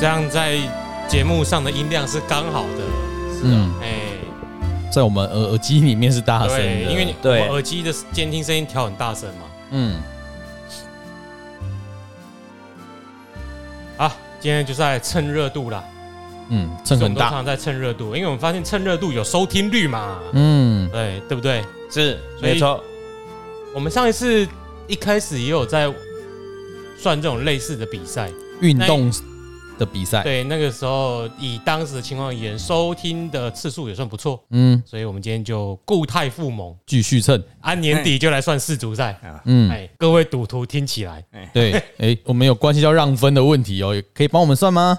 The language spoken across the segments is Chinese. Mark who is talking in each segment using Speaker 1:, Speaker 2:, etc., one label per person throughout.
Speaker 1: 这样在节目上的音量是刚好的，
Speaker 2: 嗯，
Speaker 1: 哎、
Speaker 2: 在我们耳耳机里面是大声
Speaker 1: 对，
Speaker 2: 的，
Speaker 1: 因为你
Speaker 3: 对
Speaker 1: 我耳机的监听声音调很大声嘛。
Speaker 2: 嗯，
Speaker 1: 好，啊今天就是在蹭热度啦，
Speaker 2: 嗯，
Speaker 1: 所
Speaker 2: 蹭
Speaker 1: 以我
Speaker 2: 很
Speaker 1: 们都
Speaker 2: 大，
Speaker 1: 常在蹭热度，因为我们发现蹭热度有收听率嘛，
Speaker 2: 嗯，
Speaker 1: 对对不对？
Speaker 3: 是
Speaker 1: 所以
Speaker 3: 没错，
Speaker 1: 我们上一次一开始也有在算这种类似的比赛，
Speaker 2: 运动的比赛，
Speaker 1: 对，那个时候以当时的情况而言，收听的次数也算不错，
Speaker 2: 嗯，
Speaker 1: 所以我们今天就固态复萌，
Speaker 2: 继续蹭，
Speaker 1: 按年底就来算世足赛。
Speaker 2: 哎嗯，
Speaker 1: 哎，各位赌徒听起来
Speaker 2: 对，哎，我们有关系到让分的问题哦，也可以帮我们 算吗？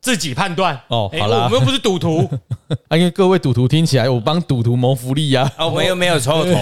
Speaker 1: 自己判断
Speaker 2: 哦
Speaker 1: 哎
Speaker 2: 好啦
Speaker 1: 我们又不是赌 徒，
Speaker 2: 啊，因为各位赌徒听起来，我帮赌徒谋福利呀、
Speaker 3: 哦，我又没有抽头，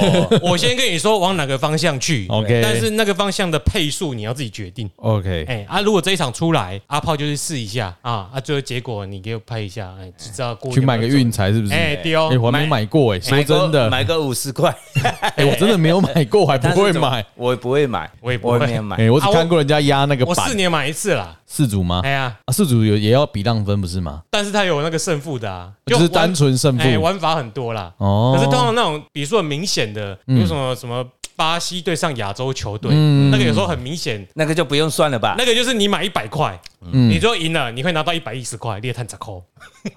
Speaker 1: 我先跟你说往哪个方向去
Speaker 2: 哦 OK
Speaker 1: 但是那个方向的配速你要自己决定。
Speaker 2: OK，
Speaker 1: 哎、啊，如果这一场出来，阿炮就是试一下啊，啊，最后结果你给我拍一下，哎、就知道过
Speaker 2: 去买个运，财是不是？
Speaker 1: 哎、
Speaker 2: 哎、
Speaker 1: 丢、
Speaker 2: 我还没买过哎、说
Speaker 3: 买个
Speaker 2: 真的，
Speaker 3: 买个五十块，
Speaker 2: 哎、我真的没有买过，还不
Speaker 3: 但是
Speaker 2: 会
Speaker 3: 怎么
Speaker 2: 买。，
Speaker 3: 我不会买，
Speaker 1: 我也不
Speaker 3: 我
Speaker 1: 会
Speaker 3: 没有买
Speaker 2: 哎、，我只
Speaker 1: 啊我
Speaker 2: 看过人家压那个
Speaker 1: 我
Speaker 2: 板
Speaker 1: 四，年买一次啦，
Speaker 2: 四组吗？
Speaker 1: 哎呀，
Speaker 2: 啊，四组有也要比让分不是吗？
Speaker 1: 但是他有那个胜负的啊，
Speaker 2: 就是
Speaker 1: 玩
Speaker 2: 单纯胜负、
Speaker 1: 哎、玩法很多啦。
Speaker 2: 哦。
Speaker 1: 可是通常那种比如说很明显的，
Speaker 2: 嗯
Speaker 1: 有什么什么巴西对上亚洲球队，
Speaker 2: 嗯
Speaker 1: 那个有时候很明显，
Speaker 3: 那个就不用算了吧，
Speaker 1: 那个就是你买一百块，
Speaker 2: 嗯
Speaker 1: 你就赢了，你会拿到一百一十块，猎探砸扣，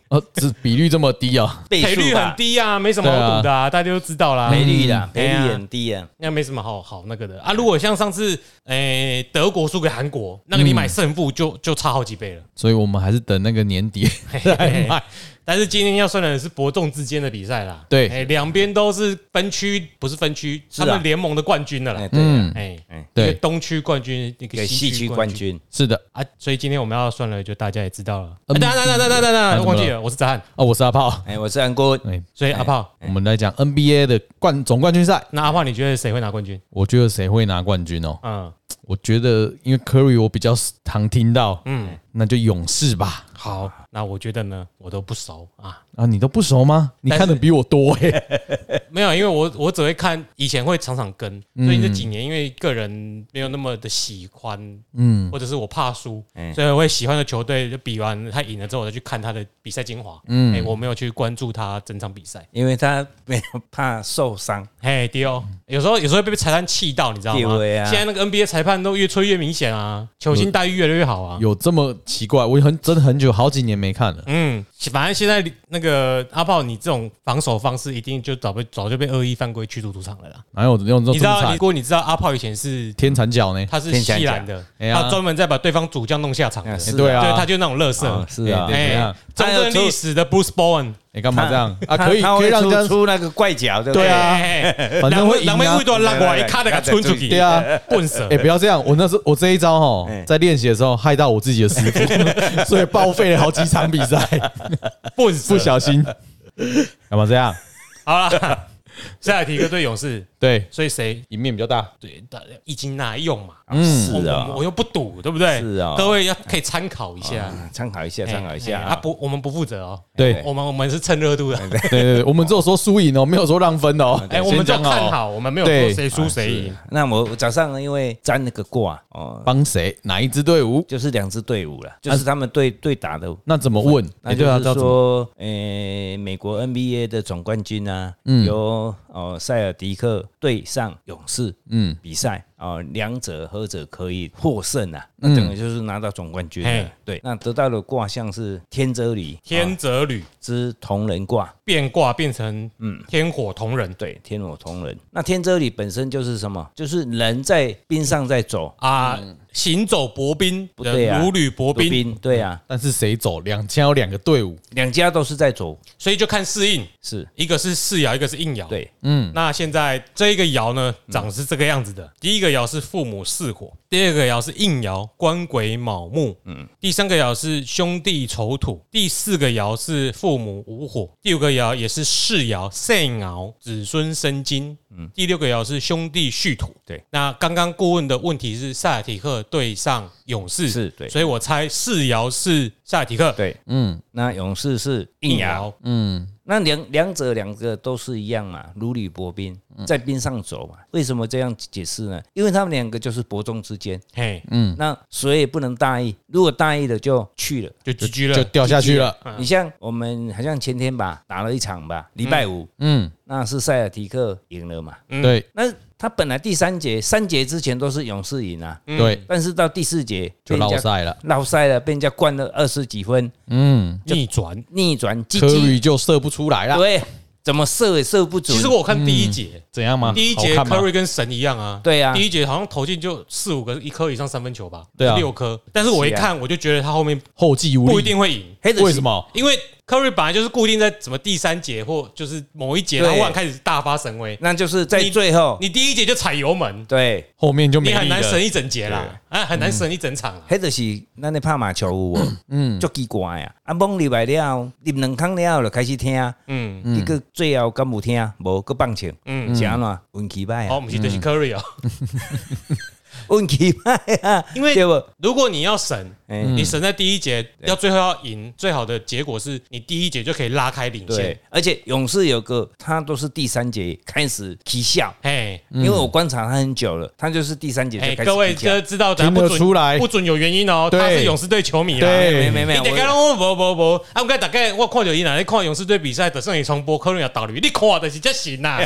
Speaker 2: 哦，这比率这么低啊、
Speaker 3: 倍
Speaker 1: 赔
Speaker 3: 数
Speaker 1: 率
Speaker 3: 吧
Speaker 1: 很，低啊，没什么好赌的啊，大家都知道啦。
Speaker 3: 赔率的，赔率
Speaker 1: 哎呀
Speaker 3: 很低啊，
Speaker 1: 那没什么好好那个的啊。如果像上次，诶、德国输给韩国，那个你买胜负就、就差好几倍 了。
Speaker 2: 所以我们还是等那个年底再买。
Speaker 1: 但是今天要算的是伯仲之间的比赛啦，
Speaker 2: 对
Speaker 1: 诶两边都是分区，不是分区，
Speaker 3: 是啊
Speaker 1: 他们联盟的冠军的啦
Speaker 3: 哎，，对啊，
Speaker 2: 嗯，
Speaker 1: 哎、
Speaker 3: 哎，
Speaker 1: 一个
Speaker 2: 对，
Speaker 1: 东区冠军，一个
Speaker 3: 给
Speaker 1: 西
Speaker 3: 西
Speaker 1: 区
Speaker 3: 区
Speaker 1: 冠
Speaker 3: 冠
Speaker 1: 军
Speaker 3: 军，
Speaker 2: 是的。
Speaker 1: 啊，所以今天我们要算了，就大家也知道了。
Speaker 2: 嗯
Speaker 1: 啊等等等等等等
Speaker 2: 啊
Speaker 1: 等，
Speaker 2: 怎么
Speaker 1: 忘
Speaker 2: 了
Speaker 1: 记了，我是子涵，
Speaker 2: 哦，我是阿炮。
Speaker 3: 哎，我是安哥，
Speaker 2: 哎、
Speaker 1: 所以阿炮，
Speaker 2: 我们来讲 NBA 的冠总冠军赛，
Speaker 1: 那阿炮你觉得谁会拿冠军？
Speaker 2: 我觉得谁会拿冠军哦？
Speaker 1: 嗯，
Speaker 2: 我觉得因为 Curry 我比较常听到，
Speaker 1: 嗯
Speaker 2: 嗯，那就勇士吧。
Speaker 1: 好，那我觉得呢，我都不熟啊，
Speaker 2: 啊，你都不熟吗？你
Speaker 1: 但
Speaker 2: 看的
Speaker 1: 是
Speaker 2: 比我多哎、
Speaker 1: 没有，因为我我只会看，以前会常常跟，所以这几年因为个人没有那么的喜欢，
Speaker 2: 嗯
Speaker 1: 或者是我怕输，
Speaker 3: 嗯
Speaker 1: 所以我会喜欢的球队就比完他赢了之后，我再去看他的比赛精华。嗯，哎、
Speaker 2: 嗯，
Speaker 1: 我没有去关注他整场比赛。
Speaker 3: 因为他没有怕受伤，
Speaker 1: 嘿，迪欧，有时候有时候被裁判气到，你知道
Speaker 3: 对
Speaker 1: 吗？
Speaker 3: 喂啊
Speaker 1: 现在那个 NBA 裁判都越吹越明显啊，球星待遇越来越好啊。
Speaker 2: 有这么奇怪？我很真的很久，好几年没看了。
Speaker 1: 嗯，反正现在那个阿炮，你这种防守方式一定就早被早就被恶意犯规驱逐出场了啦。
Speaker 2: 哪有用这
Speaker 1: 你
Speaker 2: 种
Speaker 1: 知道，
Speaker 2: 惨
Speaker 1: 如果你知道阿炮以前是
Speaker 2: 天蚕角呢？
Speaker 1: 他是
Speaker 3: 天翔
Speaker 1: 西兰的，
Speaker 2: 哎呀
Speaker 1: 他专门在把对方主将弄下场的，
Speaker 3: 哎
Speaker 2: 哎
Speaker 3: 是
Speaker 2: 对
Speaker 1: 对，
Speaker 2: 啊，
Speaker 1: 他就那种乐
Speaker 3: 啊
Speaker 1: 色。
Speaker 3: 是啊
Speaker 2: 哎对，怎样
Speaker 1: 中正历史的 Bruce Bowen，
Speaker 2: 你干嘛这样
Speaker 3: 他
Speaker 2: 啊？可以
Speaker 3: 他
Speaker 2: 可
Speaker 3: 会
Speaker 2: 以让
Speaker 3: 出
Speaker 2: 人家
Speaker 3: 出那个怪脚，对不哦
Speaker 2: 对
Speaker 3: 对？
Speaker 2: 啊 反正会赢
Speaker 1: 哎两位
Speaker 2: 啊
Speaker 1: 会。都拉过来，咔的给他冲出去，
Speaker 2: 对啊，
Speaker 1: 棍蛇
Speaker 2: 哎，。不要这样！我那时候我这一招哦
Speaker 3: 哎，
Speaker 2: 在练习的时候害到我自己的师傅， 所以报废了好几场比赛，
Speaker 1: 笨
Speaker 2: 不
Speaker 1: 死。
Speaker 2: 小 心。干嘛这样？
Speaker 1: 好了，下来提个对勇士，
Speaker 2: 对，
Speaker 1: 所以谁
Speaker 2: 赢面比较大。
Speaker 1: 对大家一经拿来用嘛？
Speaker 3: 啊是啊
Speaker 1: 我，我又不赌，对不对？
Speaker 3: 是啊
Speaker 1: 各位要可以参考一下，
Speaker 3: 啊参考一下，参考一下
Speaker 1: 哎哎啊！
Speaker 3: 啊。
Speaker 1: 不，我们不负责哦，
Speaker 2: 对
Speaker 3: 哎
Speaker 1: 我们我们是蹭热度的，
Speaker 2: 对对对，我们只有说输赢哦，没有说让分哦。
Speaker 1: 哎，我们
Speaker 2: 哎先
Speaker 1: 就
Speaker 2: 讲
Speaker 1: 看
Speaker 2: 哦
Speaker 1: 好，我们没有说
Speaker 2: 对
Speaker 1: 谁输谁赢。
Speaker 3: 那我我早上因为占那个卦哦，
Speaker 2: 帮谁哪一支队伍，
Speaker 3: 就是两支队伍
Speaker 1: 啊
Speaker 3: 了，就是他们对对打的。
Speaker 2: 那怎么问？
Speaker 3: 那
Speaker 2: 哎，
Speaker 3: 就
Speaker 2: 对啊，
Speaker 3: 是
Speaker 2: 叫什么？
Speaker 3: 说，诶，美国 NBA 的总冠军啊，
Speaker 1: 嗯
Speaker 3: 由哦塞尔迪克对上勇士，嗯，比赛哦，两者何者可以获胜啊？那整个就是拿到总冠军
Speaker 1: 嗯嘿
Speaker 3: 了。对，那得到的卦象是天泽里
Speaker 1: 天
Speaker 3: 啊
Speaker 1: 泽履
Speaker 3: 之同人卦，
Speaker 1: 变卦变成嗯天火同人
Speaker 3: 对，天火同人。那天泽里本身就是什么？就是人在冰上在走，
Speaker 1: 啊，行走薄冰，
Speaker 3: 不对啊
Speaker 1: 如履薄
Speaker 3: 多
Speaker 1: 冰，嗯
Speaker 3: 冰，对啊，
Speaker 2: 但是谁走？两千有两个队伍，
Speaker 3: 两家都是在走，
Speaker 1: 所以就看适应，
Speaker 3: 是
Speaker 1: 一个是适爻，一个是应爻。，
Speaker 3: 对，
Speaker 1: 那现在这一个爻呢，长是这个样子的。第一个爻是父母巳火，第二个爻是应爻官鬼卯木，嗯，第三个爻是兄弟丑土，第四个爻是父母午火，第五个爻也是世爻肾爻子孙生金，嗯，第六个爻是兄弟戌土。
Speaker 3: 对，
Speaker 1: 那刚刚顾问的问题是塞尔提克对上勇士，
Speaker 3: 是对
Speaker 1: 所以我猜世爻是塞尔提克，
Speaker 3: 对。
Speaker 2: 嗯
Speaker 3: 那勇士是硬
Speaker 1: 应
Speaker 3: 摇，
Speaker 1: 爻，
Speaker 2: 嗯
Speaker 3: 那两两者两个都是一样嘛，如履薄冰。在边上走嘛。为什么这样解释呢？因为他们两个就是伯仲之间，
Speaker 1: 嘿，
Speaker 3: 嗯，那谁也不能大意，如果大意了就去了。
Speaker 1: 就 GG
Speaker 2: 就
Speaker 1: 了，
Speaker 2: 掉下去了。
Speaker 3: 你像我们好像前天吧打了一场吧，礼拜五，
Speaker 2: 嗯，
Speaker 3: 那是塞尔提克赢了嘛。
Speaker 1: 嗯
Speaker 2: 对
Speaker 3: 那他本来第三节、三节之前都是勇士赢啊，
Speaker 1: 嗯
Speaker 2: 对，
Speaker 3: 但是到第四节
Speaker 2: 就
Speaker 3: 被人
Speaker 2: 落
Speaker 3: 家
Speaker 2: 赛了。
Speaker 3: 落赛了，被人家灌了二十几分，
Speaker 2: 嗯，
Speaker 1: 逆转。
Speaker 3: 逆转积
Speaker 2: 科
Speaker 3: 极，
Speaker 2: 宇就射不出来了，
Speaker 3: 对，怎么射也射不准。
Speaker 1: 啊其实我看第一节，
Speaker 2: 怎样吗？
Speaker 1: 第一节
Speaker 2: 好看吗
Speaker 1: Curry 跟神一样啊，
Speaker 3: 对啊
Speaker 1: 第一节好像投进就四五个一颗以上三分球吧，
Speaker 2: 对啊
Speaker 1: 六颗。但是我一
Speaker 3: 是啊
Speaker 1: 看我就觉得他后面
Speaker 2: 后继无力，
Speaker 1: 不一定会赢，
Speaker 3: 黑的
Speaker 2: 为什么？
Speaker 1: 因为 Curry 本来就是固定在什么第三节或就是某一节，
Speaker 3: 对
Speaker 1: 他忽然开始大发神威，
Speaker 3: 那就是在
Speaker 1: 你
Speaker 3: 最后，
Speaker 1: 你第一节就踩油门，
Speaker 3: 对，
Speaker 2: 后面就没
Speaker 1: 你很
Speaker 2: 力
Speaker 1: 难
Speaker 2: 了。
Speaker 1: 省一整节啦，啊，很难省一整场啊。
Speaker 3: 迄就是咱咧拍麻球有无？嗯，足奇怪啊！啊，蒙入来了，后，入两空了后就开始听，
Speaker 1: 嗯，
Speaker 3: 结果最后敢有听，无搁放枪，
Speaker 1: 嗯
Speaker 3: 嗯，是安怎运气歹啊
Speaker 1: 好，我，们去对是 Curry 哦，
Speaker 3: 运气歹啊，
Speaker 1: 因为嗯
Speaker 3: 对不？
Speaker 1: 如果你要省，
Speaker 3: 哎，
Speaker 1: 你省在第一节，要最后要赢，最好的结果是你第一节就可以拉开领先
Speaker 3: 对。，而且勇士有个他都是第三节开始起笑，
Speaker 1: 嘿，
Speaker 3: 因为我观察他很久了，他就是第三节就
Speaker 1: 嗯哎，
Speaker 3: 开
Speaker 1: 各位
Speaker 3: 始起笑
Speaker 1: 就。知道咱
Speaker 2: 听
Speaker 1: 不
Speaker 2: 得
Speaker 1: 准
Speaker 2: 出来
Speaker 1: 不准有原因哦。
Speaker 2: 对
Speaker 1: 他是勇士队球迷啦。啊
Speaker 2: 对
Speaker 3: 没没没，
Speaker 1: 你大概
Speaker 3: 我
Speaker 1: 拢无无无，啊！我刚大概我看到伊哪咧看勇士队比赛，就算伊重播，可能也道理。你看的是这行呐，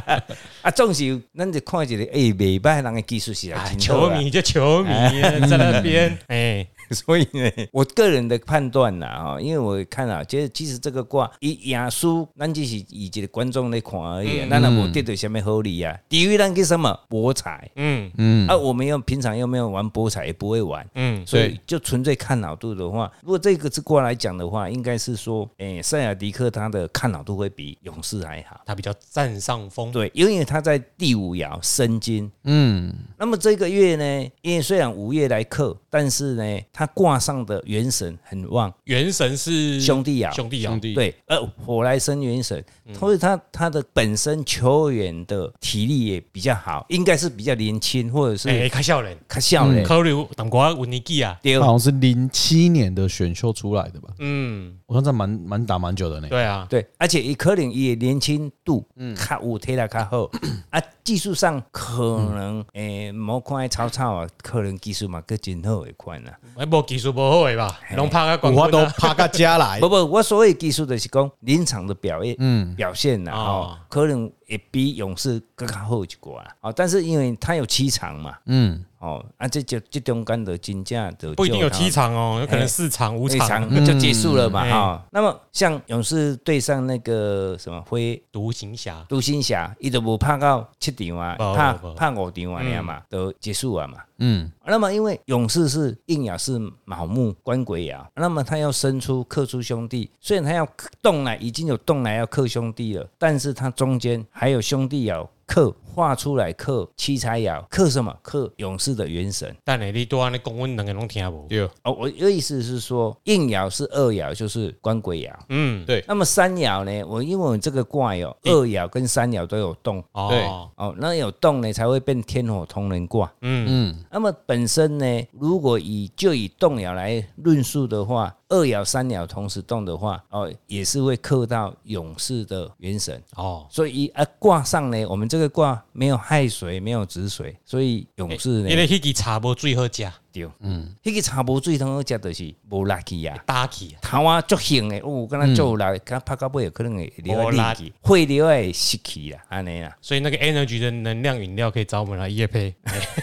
Speaker 3: 啊，总是有咱就看一个，哎，袂歹，人的技术是
Speaker 1: 哎
Speaker 3: 来
Speaker 1: 球迷就球 迷在那边，哎，
Speaker 3: 所以呢，我个人的判断啦，哈，因为我看啊，其实其实这个卦以雅书，咱只是以一个观众来看而已啊，咱也无得到什么好理啊。第一，咱叫什么博彩，
Speaker 1: 嗯
Speaker 3: 嗯，啊，我们又平常又没有玩博彩，也不会玩，
Speaker 1: 嗯，
Speaker 3: 所以就纯粹看脑度的话，如果这个之卦来讲的话，应该是说，诶、塞尔迪克他的看脑度会比勇士还好。
Speaker 1: 他比较占上风。
Speaker 3: 对，因为他在第五爻申金，
Speaker 2: 嗯，
Speaker 3: 那么这个月呢，因为虽然五月来克，但是呢，他卦上的元神很旺，
Speaker 1: 原神是
Speaker 3: 兄弟啊，
Speaker 1: 兄弟啊
Speaker 2: 兄，弟，
Speaker 3: 对，呃，火来生元神，
Speaker 2: 嗯
Speaker 3: 同时他他的本身球员的体力也比较好，应该是比较年轻，或者
Speaker 1: 哎，
Speaker 3: 是
Speaker 1: 开笑人，
Speaker 3: 看笑嘞，
Speaker 1: 考虑当过有年纪啊，
Speaker 3: 对哦
Speaker 2: 嗯好像是零七年的选秀出来的吧？
Speaker 1: 嗯，
Speaker 2: 我看这蛮蛮打蛮久的呢。
Speaker 1: 对啊，
Speaker 3: 对，而且伊可能伊的年轻度，
Speaker 2: 嗯
Speaker 3: 较有体力较 好，啊，技术上可能
Speaker 2: 嗯
Speaker 3: 诶，某款草草啊，可能技术嘛，佫真好诶款啊。
Speaker 1: 哎，无技术无好的吧，拢拍个
Speaker 2: 我
Speaker 1: 广
Speaker 2: 都
Speaker 1: 告
Speaker 2: 趴个 家来
Speaker 3: 不，不，我所谓技术就是讲临场的表演，
Speaker 2: 嗯
Speaker 3: 表现呐、
Speaker 1: 哦
Speaker 3: 哦，可能会比勇士更较好一寡啦。哦，但是因为他有七场嘛，
Speaker 2: 嗯，
Speaker 3: 哦，啊，这就这中间的真正的
Speaker 1: 不一定有七场哦，有可能四场五
Speaker 3: 五
Speaker 1: 场。
Speaker 3: 场就结束了嘛
Speaker 1: 嗯
Speaker 3: 哈、那么像勇士对上那个什么灰
Speaker 1: 独行侠，
Speaker 3: 独行侠，伊都无拍到七场啊，
Speaker 1: 无
Speaker 3: 拍
Speaker 1: 无
Speaker 3: 拍五场啊，嘛，都结束啊嘛。
Speaker 2: 嗯，
Speaker 3: 那么因为勇士是硬雅是卯木官鬼爻，那么他要生出克出兄弟，虽然他要动来已经有动来要克兄弟了，但是他中间还有兄弟爻克画出来克七财爻克什么克勇士的元神。
Speaker 1: 但你你多安尼讲，阮两个拢听无。
Speaker 2: 对
Speaker 3: 哦，我的意思是说，硬爻是二爻，就是官鬼爻。啊
Speaker 1: 嗯，
Speaker 2: 对，
Speaker 3: 那么三爻呢？我因为我们这个卦有二爻跟三爻都有动
Speaker 1: 哦，
Speaker 2: 对
Speaker 3: 哦，那有动呢才会变天火同人卦。
Speaker 1: 嗯，
Speaker 2: 嗯，
Speaker 3: 那么本身呢，如果以就以动摇来论述的话，二爻、三爻同时动的话，哦，也是会克到勇士的元神。
Speaker 1: 哦，
Speaker 3: 所以啊，卦上呢，我们这个卦没有亥水，没有子水，所以勇士
Speaker 1: 因为
Speaker 3: 呢，
Speaker 1: 迄支茶无最好食，
Speaker 3: 对，嗯，迄个茶无水通好食，就是无力气啊。
Speaker 1: 打起啊，
Speaker 3: 头啊，足兴的，哦，敢若做力，敢拍到尾有可能会流
Speaker 1: 无力
Speaker 3: 力气，会流会失去啦，安尼啊啦。
Speaker 1: 所以那个 energy 的能量饮料可以找我们来夜配。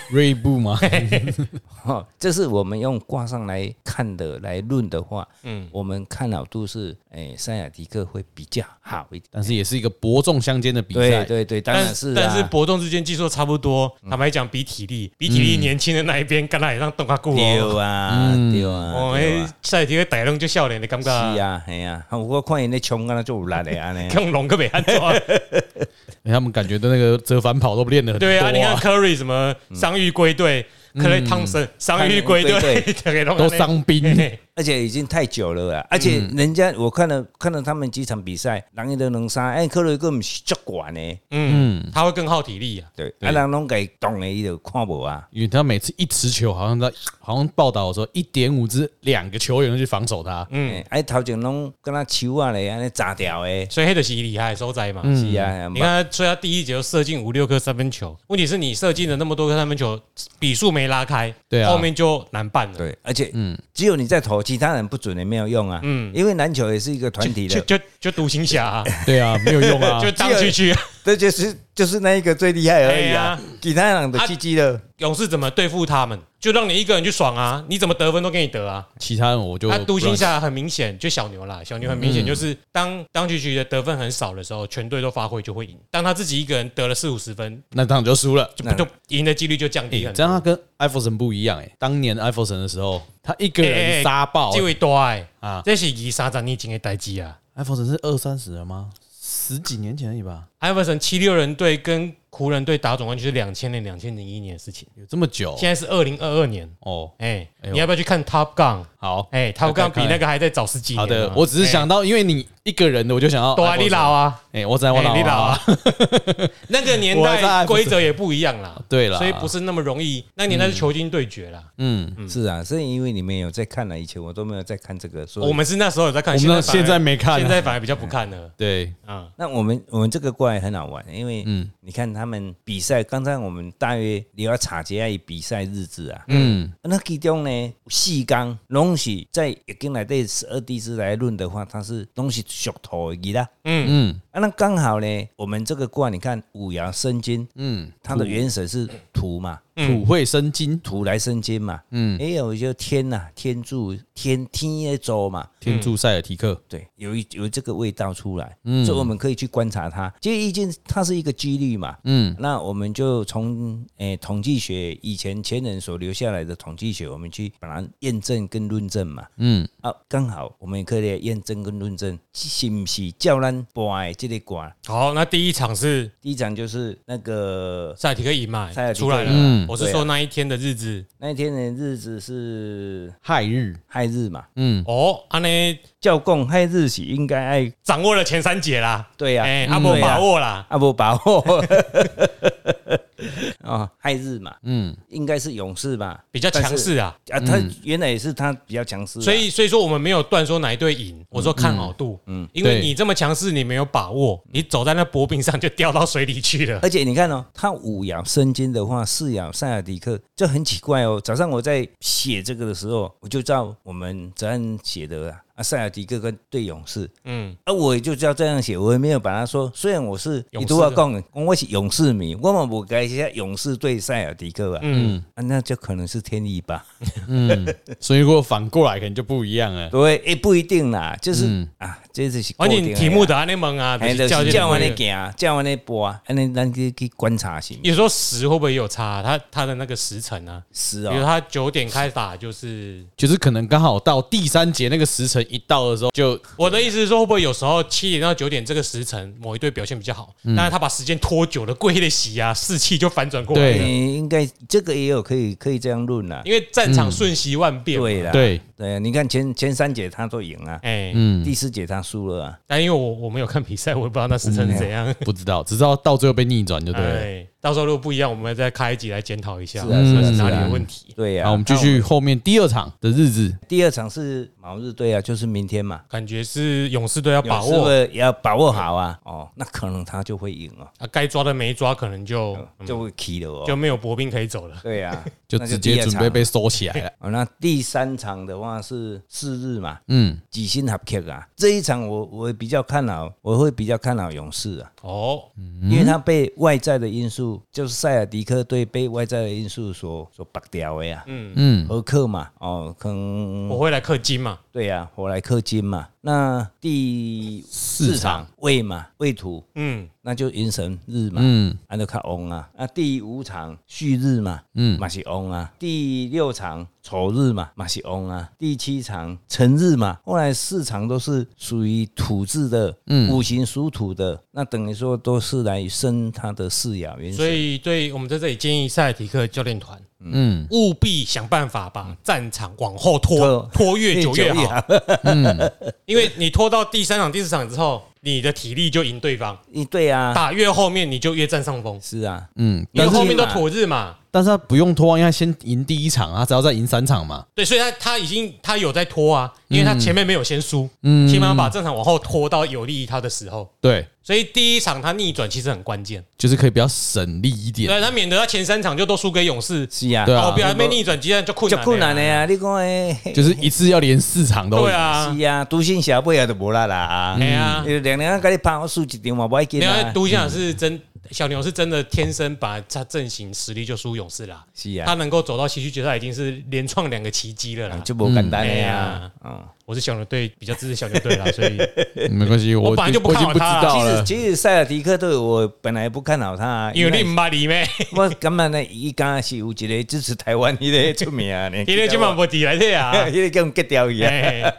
Speaker 2: 锐步 嘛，
Speaker 3: 哦，这是我们用卦上来看的来论的话，嗯，我们看好度是，诶、塞尔迪克会比较好一点。
Speaker 2: 但是也是一个伯仲相间的比
Speaker 3: 对
Speaker 2: 赛。
Speaker 3: 对对，当然是、啊，嗯
Speaker 1: 但是伯仲之间技术差不多。坦白讲，比体力，比体力年轻的那一边，干那也让动他顾哦。
Speaker 3: 丢啊丢嗯啊
Speaker 1: 哦，
Speaker 3: 对
Speaker 1: 哎
Speaker 3: 啊，，
Speaker 1: 赛提会逮弄就笑脸的感
Speaker 3: 是
Speaker 1: 觉，
Speaker 3: 啊系啊，我看因咧冲，敢若做有力的啊安尼。
Speaker 1: 用龙个没 安装。
Speaker 3: 啊
Speaker 2: 他们感觉的那个折返跑都练得很多
Speaker 1: 对啊，你看
Speaker 2: 啊，
Speaker 1: Curry 什么伤愈归队，克雷汤森伤愈归队
Speaker 3: 嗯伤愈归，
Speaker 1: 这个都
Speaker 2: 都伤兵
Speaker 1: 嘿嘿
Speaker 3: 而且已经太久了啊啦。而且人家我看了看了他们几场比赛，人家都能杀，哎，克洛伊个唔是足管呢，
Speaker 1: 嗯，他会更耗体力啊。
Speaker 3: 对，啊，人拢给懂的伊就看无啊。
Speaker 2: 因为他每次一持球，好像在好像报道说一点五支两个球员去防守他，
Speaker 3: 嗯，哎，头前拢跟他球啊嘞，安尼炸掉的，
Speaker 1: 所以黑的是厉害收摘嘛。
Speaker 3: 是啊，
Speaker 1: 你看他，所以他第一节就射进五六颗三分球。问题是你射进了那么多颗三分球，比数没拉开，
Speaker 2: 对啊
Speaker 1: 后面就难办了。
Speaker 3: 对，而且嗯，只有你在投，其他人不准也没有用啊。嗯，因为篮球也是一个团体
Speaker 1: 就
Speaker 3: 的，
Speaker 1: 就就独行侠啊，
Speaker 2: 对啊，没有用 啊
Speaker 1: 就，当区区。
Speaker 3: 这就是就是那一个最厉害而已啊
Speaker 1: 哎呀，
Speaker 3: 其他人都
Speaker 1: 啊
Speaker 3: 鸡鸡了。
Speaker 1: 勇士怎么对付他们？就让你一个人去爽啊！你怎么得分都给你得啊！
Speaker 2: 其他人我就
Speaker 1: 他
Speaker 2: 不嗯
Speaker 1: 独行
Speaker 2: 让
Speaker 1: 侠很明显，就小牛啦，小牛很明显就是当当局局的得分很少的时候，全队都发挥就会赢。当他自己一个人得了四五十分，
Speaker 2: 那当然就输了。
Speaker 1: 就不就赢的几率就降低
Speaker 2: 哎，
Speaker 1: 很
Speaker 2: 这样他
Speaker 1: 多。
Speaker 2: 跟艾弗森不一样哎、当年艾弗森的时候，他一个
Speaker 1: 哎
Speaker 2: 人
Speaker 1: 哎
Speaker 2: 杀爆、
Speaker 1: 这位多哎啊
Speaker 2: 啊，
Speaker 1: 这是以三十年前的代志啊。
Speaker 2: 艾弗森是二三十了吗？十几年前而已吧，
Speaker 1: 艾弗森七六人队跟湖人队打总冠军是两千年、两千零一年的事情，
Speaker 2: 有这么久
Speaker 1: 现在是二零二二年。
Speaker 2: 哦。
Speaker 1: 哎，
Speaker 2: 哎呦
Speaker 1: 你要不要去看 Top Gun？
Speaker 2: 好，
Speaker 1: 哎，Top Gun 比那
Speaker 2: 个
Speaker 1: 个还再早十几年
Speaker 2: 好
Speaker 1: 啊。
Speaker 2: 的，我只是想到，因为你一个人的，我就想要
Speaker 1: 多啊，你老
Speaker 2: 啊，
Speaker 1: 啊。
Speaker 2: 哎，我在我老
Speaker 1: 哎你老
Speaker 2: 啊，
Speaker 1: 啊，那个年
Speaker 2: 我还在艾
Speaker 1: 代
Speaker 2: 弗森
Speaker 1: 规则也不一样啦，
Speaker 2: 对啦
Speaker 1: 所以不是那么容易。那个年代是球星对决啦，
Speaker 2: 嗯，
Speaker 3: 是啊，是因为你们有在看了，以前我都没有在看这个，所以
Speaker 1: 哦我们是那时候有在看，
Speaker 2: 我们
Speaker 1: 现
Speaker 2: 现
Speaker 1: 在
Speaker 2: 在
Speaker 1: 反
Speaker 2: 没
Speaker 1: 而
Speaker 2: 看啊，嗯
Speaker 1: 现在反而比较不看了
Speaker 2: 对，
Speaker 1: 啊。
Speaker 3: 那我们我们这个过来很好玩，因为嗯，你看他们比赛，刚才我们大约你要查一下伊比赛日志啊，
Speaker 2: 嗯，
Speaker 3: 那其中呢有四缸拢是在一经来对十二地支来论的话，它是拢是属土的啦。
Speaker 2: 嗯
Speaker 3: 啊，那刚好呢，我们这个卦你看五爻生金，
Speaker 2: 嗯，
Speaker 3: 它的元神是土嘛，
Speaker 1: 嗯
Speaker 2: 土会生金，
Speaker 3: 土来生金嘛，嗯，也有就天呐、天柱天天的周嘛，
Speaker 2: 天柱塞尔提克，
Speaker 3: 对，有一有这个味道出来，
Speaker 2: 嗯
Speaker 3: 所以我们可以去观察它。其实易经它是一个几率嘛，
Speaker 2: 嗯，
Speaker 3: 那我们就从诶、统计学以前前人所留下来的统计学，我们去把它验证跟论证嘛，
Speaker 2: 嗯，
Speaker 3: 啊，刚好我们也可以来验证跟论证是不是叫咱拔的这个卦。
Speaker 1: 好，那第一场是
Speaker 3: 第一场就是那个
Speaker 1: 塞尔提克赢嘛
Speaker 3: 塞尔，提克啊
Speaker 1: 出来了
Speaker 2: 嗯。
Speaker 1: 我是说那一天的日子
Speaker 3: 那一天的日子是
Speaker 2: 亥日，
Speaker 3: 亥日嘛，
Speaker 2: 嗯，
Speaker 1: 哦，安呢
Speaker 3: 教供亥日是应该爱
Speaker 1: 掌握了前三节啦，
Speaker 3: 对呀、
Speaker 1: 哎，
Speaker 3: 啊，
Speaker 1: 阿伯把握啦，
Speaker 3: 啊，无把握 啊，亥日嘛，嗯，应该是勇士吧，
Speaker 1: 比较强势啊。
Speaker 3: 啊，他原来也是他比较强势啊，嗯
Speaker 1: 所以，所以说我们没有断说哪一队赢，我说看好度，嗯，因为
Speaker 2: 对
Speaker 1: 你这么强势，你没有把握，
Speaker 3: 嗯
Speaker 1: 你走在那薄冰上就掉到水里去了。
Speaker 3: 而且你看哦，他五爻生金的话，四爻塞尔迪克，这很奇怪哦。早上我在写这个的时候，我就照我们哲安写的啊，啊塞尔迪克跟对勇士，
Speaker 1: 嗯，
Speaker 3: 啊，我就照这样写，我也没有把它说。虽然我是
Speaker 1: 勇士
Speaker 3: 你都要讲，讲我是勇士迷，我们不该写勇士对塞尔迪克啊，嗯，啊，那就可能是天意吧。
Speaker 2: 所以如果反过来可能就不一样了。
Speaker 3: 对，也不一定啦，就是、
Speaker 2: 嗯
Speaker 3: 啊，这就是固
Speaker 1: 而
Speaker 3: 定的
Speaker 1: 且
Speaker 3: 啦
Speaker 1: 哦题目的安内蒙啊，
Speaker 3: 哎，就
Speaker 1: 这
Speaker 3: 是
Speaker 1: 个
Speaker 3: 叫完
Speaker 1: 东西
Speaker 3: 你行，叫完你播，安尼咱去去观察是不是
Speaker 1: 有时候时会不会也有差啊、他他的那个时辰啊，
Speaker 3: 是
Speaker 1: 比
Speaker 3: 哦
Speaker 1: 如，他九点开打，就是
Speaker 2: 就是可能刚好到第三节那个时辰一到的时候，就
Speaker 1: 我的意思是说，会不会有时候七点到九点这个时辰，某一队表现比较好，
Speaker 3: 嗯
Speaker 1: 但是他把时间拖久了，贵的喜啊，士气就反转过来
Speaker 2: 对
Speaker 1: 了，
Speaker 3: 你嗯应该这个也有可以可以这样论啦。
Speaker 1: 因为战场瞬息万
Speaker 3: 嗯
Speaker 1: 变。，
Speaker 3: 对啦，
Speaker 2: 对，
Speaker 3: 对啊，你看前前三节他都赢啊，
Speaker 1: 哎，
Speaker 2: 嗯，
Speaker 3: 第四节他输了啊，
Speaker 1: 但因为我我没有看比赛，我也不知道那时辰是怎样。
Speaker 2: 不知道，只知道到最后被逆转就嗯对了。
Speaker 1: 哎，到时候如果不一样，我们再开一集来检讨一下，
Speaker 3: 是啊
Speaker 1: 这
Speaker 3: 是啊
Speaker 1: 是哪里
Speaker 3: 是啊
Speaker 1: 有问题？
Speaker 3: 对呀。
Speaker 2: 好，我们继续后面第二场的日子，
Speaker 3: 那第二场是卯日队啊，就是明天嘛，
Speaker 1: 感觉是勇士队要把
Speaker 3: 勇士
Speaker 1: 握
Speaker 3: 队也要把握好啊。哦，那可能他就会赢哦，
Speaker 1: 啊，该抓的没抓，可能就
Speaker 3: 就会 k 了
Speaker 1: 嗯就
Speaker 3: 哦。
Speaker 1: 没有薄冰可以走了。
Speaker 3: 对呀，
Speaker 2: 就
Speaker 3: 那
Speaker 2: 直
Speaker 3: 第
Speaker 2: 接
Speaker 3: 二
Speaker 2: 准
Speaker 3: 场
Speaker 2: 备被收起来 了。
Speaker 3: 哦，那第三场的话是四日嘛，
Speaker 2: 嗯，
Speaker 3: 几星合克啊。这一场我我比较看好，我会比较看好勇士啊，
Speaker 1: 哦，
Speaker 3: 因为他被外在的因素，就是塞尔迪克队被外在的因素所所绑掉的呀、啊。嗯嗯，何克嘛，哦，可能
Speaker 1: 我会来氪金嘛。
Speaker 3: 对呀、啊，我来克金嘛。那第四场未嘛，未土。
Speaker 1: 嗯，
Speaker 3: 那就银神日嘛，
Speaker 2: 嗯，
Speaker 3: 安德卡翁啊，啊第五场旭日嘛，嗯，马西翁啊，第六场丑日嘛，马西翁啊，第七场辰日嘛，后来四场都是属于土字的，嗯，五行属土的，那等于说都是来生他的四爻元
Speaker 1: 所
Speaker 3: 水，
Speaker 1: 以对我们在这里建议塞尔提克教练团，嗯，务必想办法把战场往后拖，拖越久越 好，嗯因为你拖到第三场、第四场之后，你的体力就赢对方，
Speaker 3: 你对啊，
Speaker 1: 打越后面你就越占上风，
Speaker 3: 是啊，
Speaker 2: 嗯，
Speaker 1: 因为后面都土日嘛，
Speaker 2: 但是他不用拖啊，因为他先赢第一场，啊他只要再赢三场嘛。
Speaker 1: 对，所以他他已经他有在拖啊，
Speaker 3: 嗯
Speaker 1: 因为他前面没有先输，嗯，先把战场往后拖到有利于他的时候，
Speaker 2: 对，
Speaker 1: 所以第一场他逆转其实很关键，
Speaker 3: 嗯
Speaker 2: 就是可以比较省力一点。
Speaker 1: 对他免得他前三场就都输给勇士，
Speaker 3: 是啊，
Speaker 2: 对啊
Speaker 1: 哦，不要被逆转，鸡蛋就困
Speaker 3: 就
Speaker 1: 难，
Speaker 3: 困难的。呀，你讲诶，
Speaker 2: 就是一次要连四场都
Speaker 1: 对
Speaker 2: 赢，
Speaker 1: 啊，
Speaker 3: 是啊，独行侠不也都无啦啦，
Speaker 1: 哎呀，
Speaker 3: 两两跟你拍我输一场嘛，不要紧
Speaker 1: 因为
Speaker 3: 啊，
Speaker 1: 独行侠是真小牛是真的天生把他阵型实力就输勇士啦，
Speaker 3: 是
Speaker 1: 他
Speaker 3: 啊，
Speaker 1: 能够走到西区决赛已经是连创两个奇迹了啦。
Speaker 3: 就无简单
Speaker 1: 哎
Speaker 3: 的呀
Speaker 1: 呀，
Speaker 3: 嗯。
Speaker 1: 我是小牛队比较支持小牛队啦， 所以
Speaker 2: 嗯没关系，我
Speaker 1: 我本来就不
Speaker 2: 我已经
Speaker 1: 看好
Speaker 2: 不知
Speaker 1: 他啊
Speaker 2: 道
Speaker 3: 其实
Speaker 2: 了。
Speaker 3: 其实塞尔迪克队我本来不看好他啊，
Speaker 1: 因为你
Speaker 3: 为
Speaker 1: 唔捌你咩，
Speaker 3: 我感觉呢，伊刚是有一个支持台湾迄个出名啊， 你
Speaker 1: 你咧今晚无敌来这 啊。
Speaker 3: 迄个叫他们 get 掉 伊啊，
Speaker 1: 哎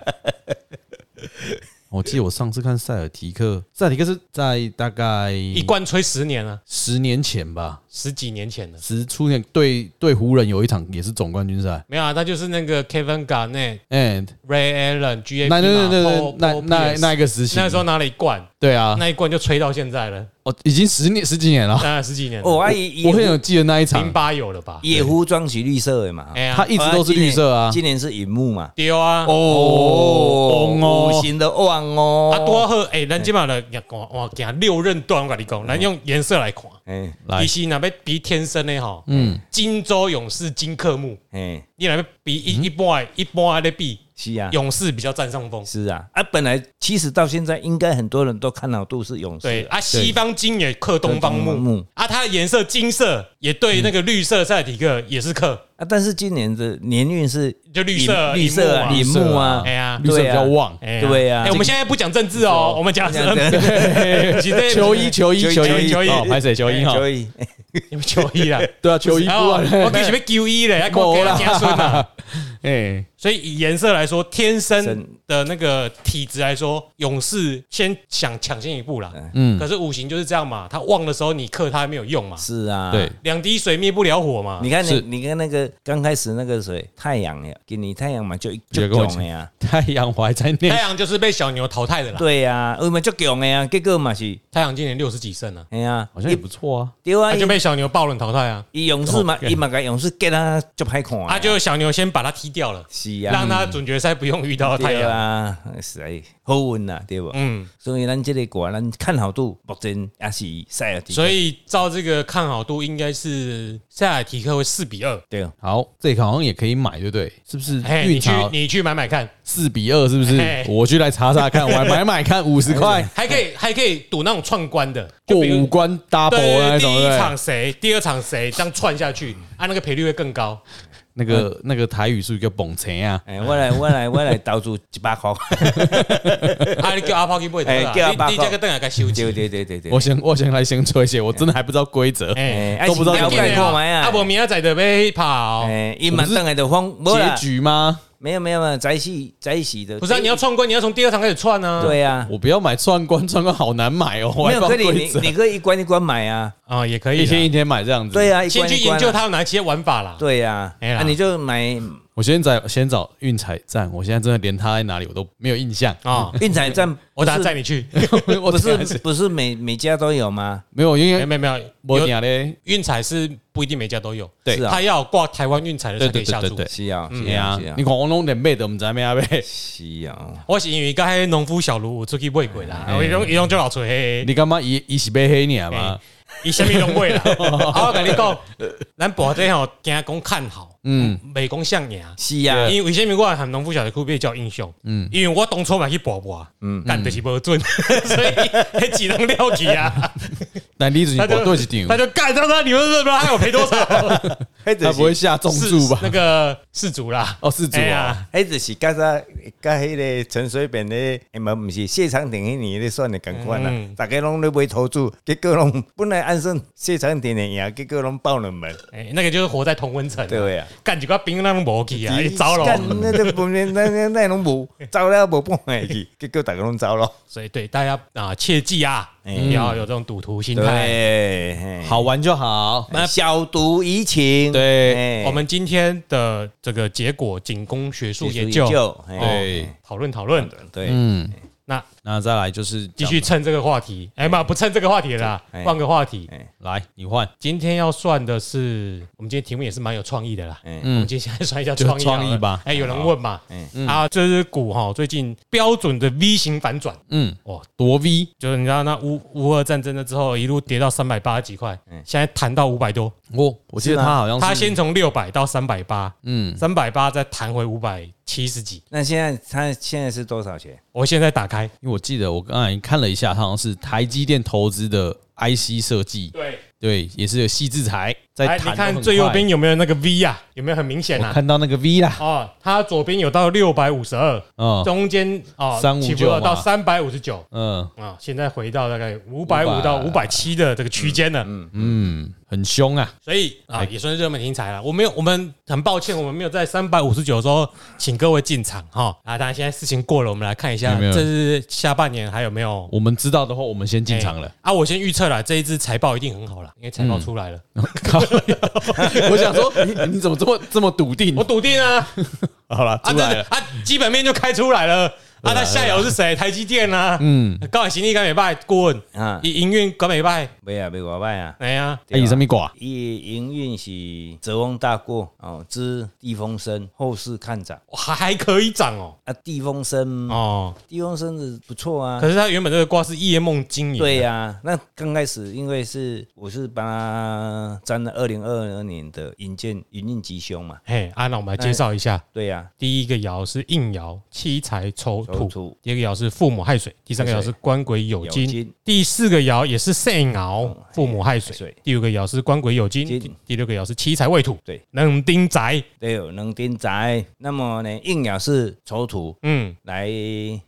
Speaker 2: 我记得我上次看塞尔提克，塞尔提克是在大概
Speaker 1: 一贯吹十年了，
Speaker 2: 十年前吧，
Speaker 1: 十几年前了。
Speaker 2: 十出年对对湖人有一场也是总冠军赛。
Speaker 1: 没有啊，他就是那个 Kevin Garnett、
Speaker 2: and
Speaker 1: Ray Allen、GAP
Speaker 2: 那那那那
Speaker 1: 嘛
Speaker 2: 那
Speaker 1: Paul-
Speaker 2: 那那
Speaker 1: Paul
Speaker 2: 那
Speaker 1: Pierce
Speaker 2: 一个时期，
Speaker 1: 那时候拿了一冠，
Speaker 2: 对啊，
Speaker 1: 那一冠就吹到现在了，
Speaker 2: 哦，已经十年十几年了。
Speaker 1: 啊，十几年了，
Speaker 3: 哦，啊伊
Speaker 2: 我很
Speaker 3: 伊
Speaker 2: 有记得那一场
Speaker 1: 零，八有了吧？
Speaker 3: 野狐装是绿色的嘛
Speaker 1: 哎，呀
Speaker 2: 它，一直哦都是绿色啊。
Speaker 3: 今年是银幕嘛，
Speaker 1: 丢啊！
Speaker 2: 哦
Speaker 3: 五
Speaker 2: 哦，
Speaker 3: 行的旺
Speaker 1: 啊，
Speaker 3: 哦，
Speaker 1: 多好！哎，咱今嘛了，我我给他六任段，我跟你讲，咱用颜色来看。
Speaker 3: 哎
Speaker 2: 来
Speaker 1: 伊，是若要比天生的吼，嗯，金州勇士金克木，
Speaker 3: 哎，
Speaker 1: 你若要比
Speaker 2: 嗯
Speaker 1: 一一般的一般的比，
Speaker 3: 是啊，
Speaker 1: 勇士比较占上风。
Speaker 3: 是啊，啊，本来其实到现在应该很多人都看好都是勇
Speaker 1: 对
Speaker 3: 士啊，
Speaker 1: 啊，西方金也克东方
Speaker 3: 克东方
Speaker 1: 木
Speaker 3: 木
Speaker 1: 啊，它的颜色金色也对那个绿色赛迪克也是克，
Speaker 3: 啊，但是今年的年运是
Speaker 1: 就绿色
Speaker 3: 银绿色啊，
Speaker 1: 银
Speaker 3: 银
Speaker 2: 幕啊
Speaker 3: 幕啊
Speaker 1: 哎，呀
Speaker 2: 绿色比较旺。
Speaker 1: 哎呀
Speaker 3: 对啊
Speaker 1: 哎，我们现在不讲政治哦，我们讲
Speaker 3: 讲政
Speaker 1: 是
Speaker 2: 球衣， 球衣，
Speaker 3: 球
Speaker 2: 球
Speaker 3: 衣哎
Speaker 2: 衣，
Speaker 1: 球衣
Speaker 2: 哦，拍谁？球
Speaker 1: 啊
Speaker 2: 衣哈，
Speaker 3: 所以
Speaker 1: 你们球衣啦，
Speaker 2: 对啊，球衣不
Speaker 1: 哦
Speaker 2: 然
Speaker 1: 我给什么球衣嘞？还给我
Speaker 2: 没
Speaker 1: 给
Speaker 2: 啦
Speaker 1: 他加孙 啊！
Speaker 2: 哎，
Speaker 1: 所以以颜色来说，天生
Speaker 3: 生
Speaker 1: 的那个体质来说，勇士先想抢先一步啦。
Speaker 2: 嗯
Speaker 1: 可，是五行就是这样嘛，他旺的时候你克他没有用嘛，
Speaker 3: 是啊，
Speaker 2: 对，
Speaker 1: 两滴水灭不了火嘛。
Speaker 3: 你看
Speaker 2: 是
Speaker 3: 你你看那个刚开始那个谁太阳呀，给你太阳嘛就
Speaker 2: 别
Speaker 3: 就
Speaker 2: 跟我
Speaker 3: 囧的呀，
Speaker 2: 太阳我还
Speaker 1: 太
Speaker 2: 在念，
Speaker 1: 阳就是被小牛淘汰的啦。
Speaker 3: 对啊呀，我们就囧的呀，结果嘛是，
Speaker 1: 太阳今年六十几胜啊，
Speaker 3: 哎呀，
Speaker 2: 好像也不错啊。
Speaker 3: 对啊
Speaker 1: 他，就被小牛爆冷淘汰啊，
Speaker 3: 伊勇士嘛，伊嘛个勇士 get 他就歹看的
Speaker 1: 啊，就小牛先把他踢掉了，
Speaker 3: 是
Speaker 1: 让
Speaker 3: 啊，
Speaker 1: 他准决赛不用遇到太
Speaker 3: 对
Speaker 1: 阳。
Speaker 3: 啊，是哎，好运呐，对不？
Speaker 1: 嗯，
Speaker 3: 所以咱这个国，咱看好度目前也是塞尔提克，
Speaker 1: 所以照这个看好度，应该是塞尔提克会四比二。
Speaker 3: 对哦，
Speaker 2: 好，这个好像也可以买，对不对？是不是
Speaker 1: 哎，
Speaker 2: 运
Speaker 1: 你去
Speaker 2: 潮
Speaker 1: 你去买买看，
Speaker 2: 四比二？是不是
Speaker 1: 嘿？
Speaker 2: 我去来查查看，我还买买看，五十块
Speaker 1: 还可以还可以赌那种串关的，
Speaker 2: 过
Speaker 1: 就比如
Speaker 2: 五关 double
Speaker 1: 对，
Speaker 2: 啊那一种，
Speaker 1: 第一
Speaker 2: 对不
Speaker 1: 场
Speaker 2: 对？
Speaker 1: 谁，第二场谁，这样串下去，啊，那个赔率会更高。
Speaker 2: 那个那个台语是一个蹦钱啊，
Speaker 3: 哎，我来我来我来投资一百块，
Speaker 1: 啊，你叫阿炮去买得
Speaker 3: 哎叫
Speaker 1: 啦，
Speaker 3: 阿炮
Speaker 1: 你你这个灯也该修
Speaker 3: 对
Speaker 1: 钱。
Speaker 3: 对对对对
Speaker 2: 我，先我先来先吹一下，我真的还不知道规则。
Speaker 1: 哎，
Speaker 3: 哎
Speaker 2: 都不知道
Speaker 3: 了
Speaker 2: 怎么
Speaker 3: 解看卖
Speaker 1: 啊，
Speaker 3: 啊
Speaker 1: 无。明仔载就要跑。
Speaker 3: 哎，伊嘛等来就慌，无
Speaker 2: 结
Speaker 3: 啦，
Speaker 2: 局吗？
Speaker 3: 没有没有没有，宅系宅系的，
Speaker 1: 不是啊，你要串关，你要从第二场开始串啊。
Speaker 3: 对啊，
Speaker 2: 我不要买串关，串关好难买哦，我
Speaker 3: 没
Speaker 2: 还
Speaker 3: 有
Speaker 2: 不
Speaker 3: 可
Speaker 2: 知
Speaker 3: 以
Speaker 2: 道
Speaker 3: 你
Speaker 2: 规则。
Speaker 3: 你可以一关一关买啊，
Speaker 1: 啊，也可以
Speaker 2: 一天
Speaker 1: 啦。
Speaker 2: 一天买这样子。
Speaker 3: 对啊，一
Speaker 1: 先
Speaker 3: 关
Speaker 1: 去
Speaker 3: 一关
Speaker 1: 研
Speaker 3: 啊
Speaker 1: 究它有哪些玩法啦。
Speaker 3: 对呀，
Speaker 1: 哎啦
Speaker 3: 啊你就买
Speaker 2: 我先在先找运彩站，我现在真的连它在哪里我都没有印象。
Speaker 1: 啊，，
Speaker 3: 运彩站
Speaker 1: 我等下载
Speaker 3: 在
Speaker 1: 你去。
Speaker 2: 我
Speaker 3: 不
Speaker 2: 真的
Speaker 3: 是不是每每家都有吗？
Speaker 2: 没有，啊因
Speaker 1: 没有
Speaker 2: 为
Speaker 1: 没有没
Speaker 2: 我
Speaker 1: 有，有
Speaker 2: 俩嘞，
Speaker 1: 运彩是不一定每家都有，
Speaker 2: 对
Speaker 3: 是啊
Speaker 1: 他要挂台湾运彩的
Speaker 2: 对
Speaker 1: 才可
Speaker 2: 对
Speaker 1: 以下
Speaker 2: 对对
Speaker 1: 注
Speaker 2: 对。
Speaker 3: 是啊，是
Speaker 2: 对
Speaker 3: 啊
Speaker 2: 啊
Speaker 3: 是啊，
Speaker 2: 你看我弄点妹的，我们在咩 啊 呗？
Speaker 3: 是啊，
Speaker 1: 我是因为刚才农夫小卢有出去买过啦，哦我一种一种就老吹嘿
Speaker 2: 你干嘛一一起被黑你啊嘛？
Speaker 1: 伊啥物拢买啦。啊我跟你讲，咱博这吼，惊讲看好，嗯，袂讲像赢。
Speaker 3: 是啊，
Speaker 1: 因为为什么我含农夫小的区别叫英雄？嗯，因为我当初嘛去博博，嗯，但就是无准， 所以迄只能了去啊。
Speaker 2: 但李子
Speaker 1: 他
Speaker 2: 你
Speaker 1: 就
Speaker 2: 对是丢
Speaker 1: 他，就干他他你们是不是还有赔多少？
Speaker 2: 他不会下重注吧
Speaker 1: 是那？个氏族啦，
Speaker 2: 哦氏族
Speaker 1: 哎
Speaker 2: 啊
Speaker 1: 呀，
Speaker 3: 迄就是甲啥甲迄个陈水扁咧，诶，嘛毋是谢长廷迄年咧算的共款啦
Speaker 1: 嗯，
Speaker 3: 大家拢咧买投注，结果拢本来按算谢长廷的赢，结果拢爆冷门，
Speaker 1: 哎，那个就是活在同温层啊，
Speaker 3: 对不对啊？
Speaker 1: 干几个兵那种无去啊，糟了
Speaker 3: 干。那都不那那那拢无，走了无半下去，结果大家拢走咯。
Speaker 1: 所以对大家啊，切记啊，
Speaker 3: 嗯
Speaker 1: 不要有这种赌徒心态。
Speaker 3: 对，嘿
Speaker 2: 好玩就好。
Speaker 1: 那
Speaker 3: 消毒疫情，星，
Speaker 2: 对
Speaker 3: 哎
Speaker 1: 我们今天的这个结果，仅供学术
Speaker 3: 技术
Speaker 1: 研究，哦
Speaker 3: 哎
Speaker 2: 对
Speaker 1: 讨论讨论。
Speaker 3: 对，
Speaker 2: 嗯，
Speaker 1: 那
Speaker 2: 那再来就是
Speaker 1: 继续蹭这个话题，哎妈，不蹭这个话题了啦
Speaker 3: 哎，
Speaker 1: 换个话题。
Speaker 3: 哎
Speaker 2: 来，你换
Speaker 1: 今天要算的是，我们今天题目也是蛮有创意的啦。
Speaker 3: 哎
Speaker 2: 嗯
Speaker 1: 我们今天先算一下创意
Speaker 2: 就
Speaker 1: 好了
Speaker 2: 创意吧
Speaker 1: 哎，有人问嘛
Speaker 3: 哎？
Speaker 2: 嗯
Speaker 1: 啊，这只股哈，最近标准的 V 型反转，
Speaker 2: 嗯
Speaker 1: 哦，
Speaker 2: 夺 V
Speaker 1: 就是你知道那乌乌俄战争了之后，一路跌到三百八十几块，
Speaker 2: 嗯
Speaker 1: 现在弹到五百多。
Speaker 2: 哦，我记
Speaker 3: 是
Speaker 2: 得
Speaker 3: 吗
Speaker 2: 他好像是
Speaker 1: 它先从六百到三百八，
Speaker 2: 嗯
Speaker 1: 三百八再弹回五百七十几。
Speaker 3: 那现在它现在是多少钱？
Speaker 1: 我现在打开，
Speaker 2: 因为我记得我刚才看了一下，它好像是台积电投资的 IC 设计，
Speaker 1: 对，
Speaker 2: 对，也是有细制裁在
Speaker 1: 来哎
Speaker 2: 谈
Speaker 1: 你
Speaker 2: 得很快。
Speaker 1: 看最右边有没有那个 V 呀、啊？有没有很明显
Speaker 2: 我
Speaker 1: 啊？
Speaker 2: 看到那个 V 啦，
Speaker 1: 哦，它左边有到六百五十二，
Speaker 2: 嗯
Speaker 1: 中间哦
Speaker 2: 359
Speaker 1: 起伏了到
Speaker 2: 嘛
Speaker 1: 三百五十九
Speaker 2: 嗯
Speaker 1: 啊，现在回到大概五百五到五百七的这个区间了，
Speaker 2: 嗯，很凶啊，
Speaker 1: 所以啊也算是热门题材了。我没有，我们很抱歉，我们没有在三百五十九的时候请各位进场哈啊！当然现在事情过了，我们来看一下
Speaker 2: 有没有
Speaker 1: 这是下半年还有没有
Speaker 2: 我们知道的话，我们先进场
Speaker 1: 哎
Speaker 2: 了。
Speaker 1: 啊！我先预测了，这一支财报一定很好了，因为财报出来了，
Speaker 2: 靠 我想说，你你怎么这么这么笃定
Speaker 1: 我？笃定啊！
Speaker 2: 好了，
Speaker 1: 啊，
Speaker 2: 出
Speaker 1: 对
Speaker 2: 来
Speaker 1: 对
Speaker 2: 了，
Speaker 1: 啊，基本面就开出来了。啊，那下游是谁？台积电啊，嗯，高海行李敢美拜顾问
Speaker 3: 啊
Speaker 1: 营营运敢美拜，
Speaker 3: 没啊，没外卖啊。
Speaker 1: 哎呀，
Speaker 2: 哎，
Speaker 3: 对
Speaker 2: 你
Speaker 3: 啊
Speaker 2: 什么挂？
Speaker 3: 伊营运是泽翁大过哦，知地风生，后市看涨
Speaker 1: 还还可以涨哦，
Speaker 3: 啊。地风生，
Speaker 1: 哦，
Speaker 3: 地风生是不错啊
Speaker 1: 可。是它啊原本这个卦是夜梦经营，
Speaker 3: 对，呀、那刚开始因为是我是帮他占了二零二二年的引荐引运吉凶嘛，
Speaker 1: 嘿，啊，那我们来介绍一下，
Speaker 3: 对呀、
Speaker 1: 第一个爻是应爻，七财丑
Speaker 3: 丑
Speaker 1: 土
Speaker 3: 土；
Speaker 1: 第二个爻是父母亥水；第三个爻是官鬼酉
Speaker 3: 酉
Speaker 1: 金；
Speaker 3: 金哦哎
Speaker 1: 第四个爻也是肾爻，父母亥
Speaker 3: 亥
Speaker 1: 水
Speaker 3: 水；
Speaker 1: 第五个爻是官鬼酉金；
Speaker 3: 金
Speaker 1: 第第六个爻是七财未土。
Speaker 3: 对，
Speaker 1: 能丁宅，
Speaker 3: 对，有能丁宅。那么呢，应爻是丑土
Speaker 1: 嗯
Speaker 3: 来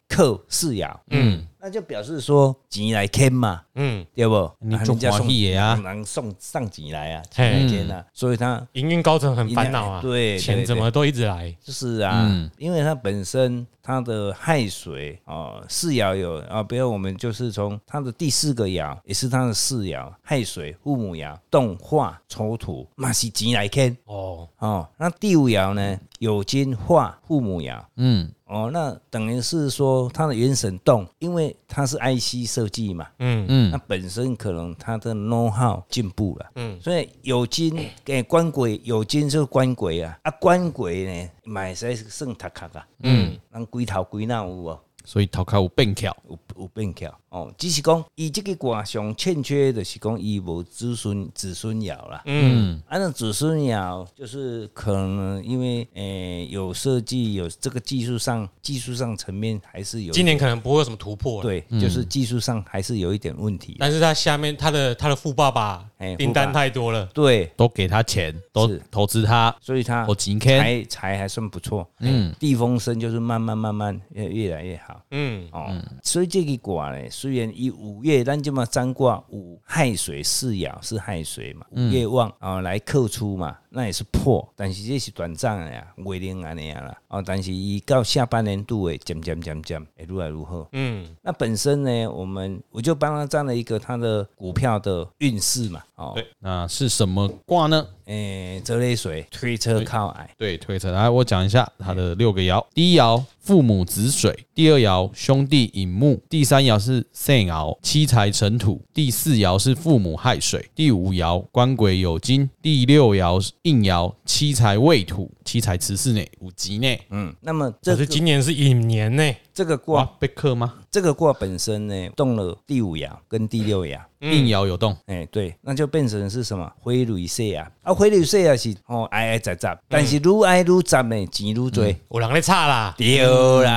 Speaker 3: 克四爻，
Speaker 1: 嗯
Speaker 3: 那就表示说钱来坑嘛，
Speaker 1: 嗯，
Speaker 3: 对不？
Speaker 2: 你
Speaker 3: 啊
Speaker 2: 就
Speaker 3: 人家
Speaker 2: 欢喜的啊
Speaker 3: 送人送上钱来啊，
Speaker 1: 嘿
Speaker 3: 钱来钱啊，所以他
Speaker 1: 营运高层很烦恼啊，
Speaker 3: 哎对对
Speaker 1: 钱怎么都一直来，
Speaker 3: 就是啊，
Speaker 2: 嗯
Speaker 3: 因为它本身它的亥水哦，四爻有啊，比如我们就是从它的第四个爻，也是它的四爻，亥水、父母爻、动化、丑土，嘛是钱来看
Speaker 1: 哦，
Speaker 3: 哦。那第五爻呢，酉金化父母爻。
Speaker 2: 嗯，
Speaker 3: 哦，那等于是说它的原神动，因为它是 IC 设计嘛，
Speaker 1: 嗯
Speaker 3: 嗯，那本身可能它的 know how 进步了，嗯，所以有金给官鬼，有金就是官鬼啊，啊官鬼呢买谁算塔卡啊，嗯，咱鬼头鬼脑有哦，
Speaker 2: 所以逃开我笨巧，
Speaker 3: 有有变巧哦，只是讲伊这个卦上欠缺的是讲伊无子孙子孙爻啦，
Speaker 1: 嗯，
Speaker 3: 按照子孙爻，就是可能因为诶、有设计有这个技术上技术上层面还是有一
Speaker 1: 今年可能不会有什么突破，，
Speaker 3: 对，就是技术上还是有一点问题。
Speaker 1: 但是他下面他的他的富爸爸
Speaker 3: 哎
Speaker 1: 订单太多了，
Speaker 3: 对，
Speaker 2: 都给他钱，都
Speaker 3: 是哎
Speaker 2: 投资他，
Speaker 3: 所以它
Speaker 2: 我钱坑，
Speaker 3: 财财还算不错。嗯，地风生就是慢慢慢慢越越来越好。
Speaker 1: 嗯，
Speaker 3: 哦，所以这个卦呢，虽然以五月咱这么占卦五亥水四爻是亥水嘛，
Speaker 1: 嗯
Speaker 3: 五月旺啊、哦来克出嘛，那也是破，但是这是短暂的呀，月龄安尼样啦。哦，但是伊到下半年度诶，渐渐渐渐会越来越好。
Speaker 1: 嗯，
Speaker 3: 那本身呢，我们我就帮他占了一个他的股票的运势嘛，哦，
Speaker 2: 那是什么卦呢？
Speaker 3: 诶，泽雷水推车靠矮，
Speaker 2: 对，推测来，我讲一下它的六个爻：第一爻父母子水，第二爻兄弟引木，第三爻是肾爻七财成土，第四爻是父母亥水，第五爻官鬼酉金，第六爻是应爻七财未土，七财持世内五吉内。
Speaker 3: 嗯，那么这
Speaker 1: 可是
Speaker 3: 个
Speaker 1: 今年是寅年呢，
Speaker 3: 这个
Speaker 2: 哇
Speaker 3: 卦，，
Speaker 2: 被克吗？
Speaker 3: 这个卦本身呢，动了第五爻跟第六爻，
Speaker 2: 应爻有动，
Speaker 3: 哎、对，那就变成是什么灰绿色啊？啊，灰绿色啊是哦，挨挨杂杂，但是愈挨愈杂呢，钱愈多，
Speaker 1: 有人在差啦，
Speaker 3: 对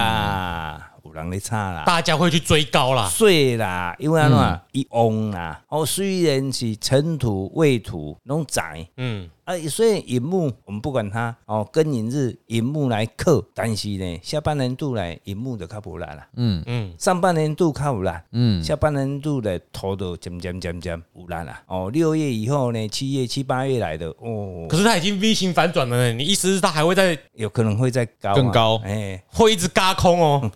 Speaker 3: 啦，有人咧差啦。
Speaker 1: 大家会去追高啦，
Speaker 3: 水啦，因为安怎伊旺啦，哦，虽然是尘土、未土拢宅，
Speaker 1: 嗯，
Speaker 3: 啊，所以银幕我们不管它哦，庚寅日银幕来克，但是呢，下半年度来银幕就较无力啦，
Speaker 2: 嗯
Speaker 1: 嗯，
Speaker 3: 上半年度较有力，
Speaker 2: 嗯
Speaker 3: 下半年度的头都渐渐渐渐有力啦。哦，六月以后呢，七月、七八月来的哦，
Speaker 1: 可是它已经 V 型反转了呢，你意思是它还会在
Speaker 3: 有可能会再高、啊、
Speaker 2: 更高
Speaker 3: 哎、
Speaker 1: 会一直嘎空哦？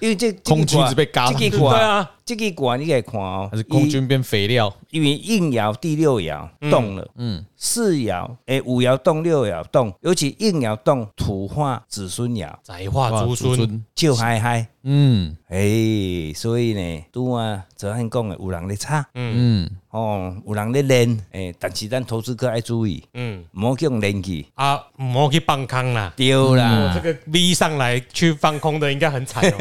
Speaker 3: 因为这
Speaker 2: 空区一直被嘎上
Speaker 3: 这
Speaker 2: 去
Speaker 3: 个
Speaker 1: 对
Speaker 3: 卦
Speaker 1: 啊，
Speaker 3: 这个卦你可以看哦
Speaker 2: 还是，空
Speaker 3: 伊
Speaker 2: 军变肥料？
Speaker 3: 因为应爻第六爻动了，嗯，四爻诶五爻动，六爻动，尤其应爻动，土化子孙爻
Speaker 1: 宅化诸孙，，
Speaker 3: 就嗨嗨，
Speaker 2: 嗯
Speaker 3: 诶、所以呢，拄啊，泽汉讲的有人咧吵，
Speaker 2: 嗯，
Speaker 3: 哦，有人咧练，诶、但是咱投资客爱注意，
Speaker 1: 嗯
Speaker 3: 莫叫练去，
Speaker 1: 啊，唔好去放空啦。
Speaker 3: 对啦。
Speaker 1: 这个 V 上来去放空的应该很惨哦。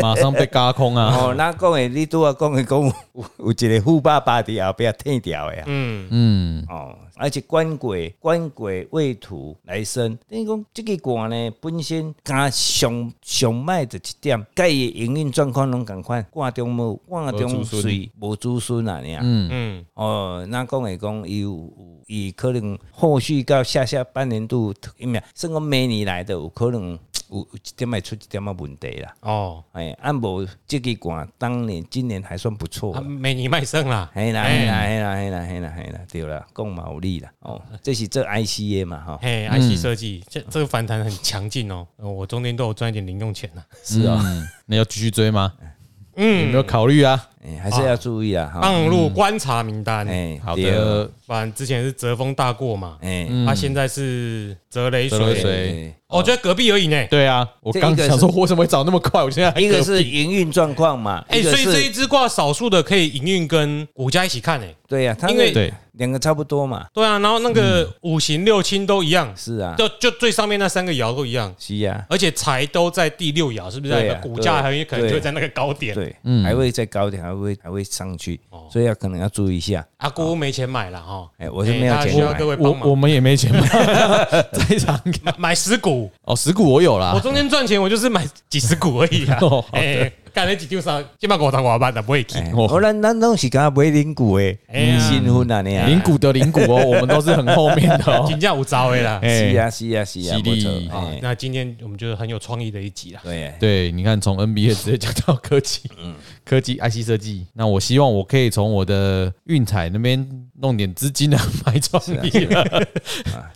Speaker 2: 马上被嘎空 啊！
Speaker 3: 哦，那讲的你拄啊讲的讲有有一个富爸爸伫后壁退掉的啊，
Speaker 1: 嗯，
Speaker 2: 嗯，
Speaker 3: 哦，而且官鬼官鬼未土来生，等于讲这个卦呢本身加上上卖的一点，甲伊营运状况拢共款，卦中无卦中
Speaker 2: 无子孙
Speaker 3: 水无子孙啊，你啊，
Speaker 1: 嗯，
Speaker 3: 哦，那讲诶讲伊有有伊可能后续到下下半年度，伊咩，算讲明年来的有可能有有一点会出一点仔问题啦。
Speaker 1: 哦，
Speaker 3: 哎，按无这个卦，当年今年还算不错
Speaker 1: 啊嗯
Speaker 3: 啦。
Speaker 1: 美女卖身啦，
Speaker 3: 嘿啦嘿啦嘿啦嘿啦嘿啦嘿啦，对啦，讲嘛有理啦。哦，这是做 IC 的嘛吼，
Speaker 1: 嗯嘿，IC 设计这这个反弹很强劲哦。呃我中间都有赚一点零用钱呐。
Speaker 3: 是哦，
Speaker 2: 嗯，你要继续追吗？有没
Speaker 1: 嗯，哦
Speaker 2: 有考虑啊？
Speaker 3: 哎还是要注意啦哈。
Speaker 1: 放入观察名单。
Speaker 3: 哎，
Speaker 2: 好
Speaker 3: 对，
Speaker 2: 的，
Speaker 1: 反正之前是泽丰大过嘛，
Speaker 3: 哎，
Speaker 1: 他现在是泽雷
Speaker 2: 泽
Speaker 1: 嗯
Speaker 2: 雷
Speaker 1: 水
Speaker 2: 水。
Speaker 3: 对
Speaker 1: 哦我觉得隔壁而已呢。
Speaker 2: 对啊，我刚想说为什么会找那么快，我现
Speaker 1: 啊
Speaker 2: 在还
Speaker 3: 一个
Speaker 2: 隔
Speaker 3: 是
Speaker 2: 壁
Speaker 3: 营运状况嘛，
Speaker 1: 哎，
Speaker 3: 一个
Speaker 1: 所以这一
Speaker 3: 是
Speaker 1: 支挂少数的可以营运跟股价一起看诶。
Speaker 3: 对呀，它
Speaker 1: 因为
Speaker 3: 是
Speaker 2: 对
Speaker 3: 两个差不多嘛，
Speaker 1: 对啊，然后那个五行六亲都一样，
Speaker 3: 是嗯啊，
Speaker 1: 就就最上面那三个爻都一样，
Speaker 3: 是啊呀，
Speaker 1: 而且财都在第六爻，是不是？
Speaker 3: 对啊
Speaker 1: 那个股价很有可能就
Speaker 3: 对
Speaker 1: 会在那个高点。
Speaker 3: 对，还会再高点，还会还会上去，
Speaker 1: 哦
Speaker 3: 所以要可能要注意一下。
Speaker 1: 阿啊姑没钱买了哈，
Speaker 3: 哎我是没有
Speaker 1: 哎
Speaker 3: 钱
Speaker 1: 那需要
Speaker 3: 买
Speaker 1: 各位帮
Speaker 2: 我
Speaker 1: 忙
Speaker 2: 我们也没钱嘛，在场看
Speaker 1: 买买十股，
Speaker 2: 哦，十股我有啦。
Speaker 3: 啊
Speaker 1: 我，中间赚钱我就是买几十股而 已啊
Speaker 2: 哦好的
Speaker 1: 哎，干那几丢上，今把我当我办的不会去。
Speaker 3: 哎
Speaker 2: 哦
Speaker 3: 哦，咱咱拢是讲买零股诶，
Speaker 1: 哎呀
Speaker 3: 新婚啊你啊，
Speaker 2: 零股的零股哦，我们都是很后面的 哦
Speaker 1: 金。价五招的啦。
Speaker 2: 哎
Speaker 3: 是啊是啊是啊，
Speaker 2: 犀
Speaker 3: 没错
Speaker 2: 利，
Speaker 1: 啊
Speaker 3: 哎
Speaker 1: 那今天我们就是很有创意的一集啦。
Speaker 3: 对，
Speaker 2: 对，你看从 NBA 直接讲到科技，科技 IC 设计，那我希望我可以从我的运彩那边弄点资金啊，买创意啊。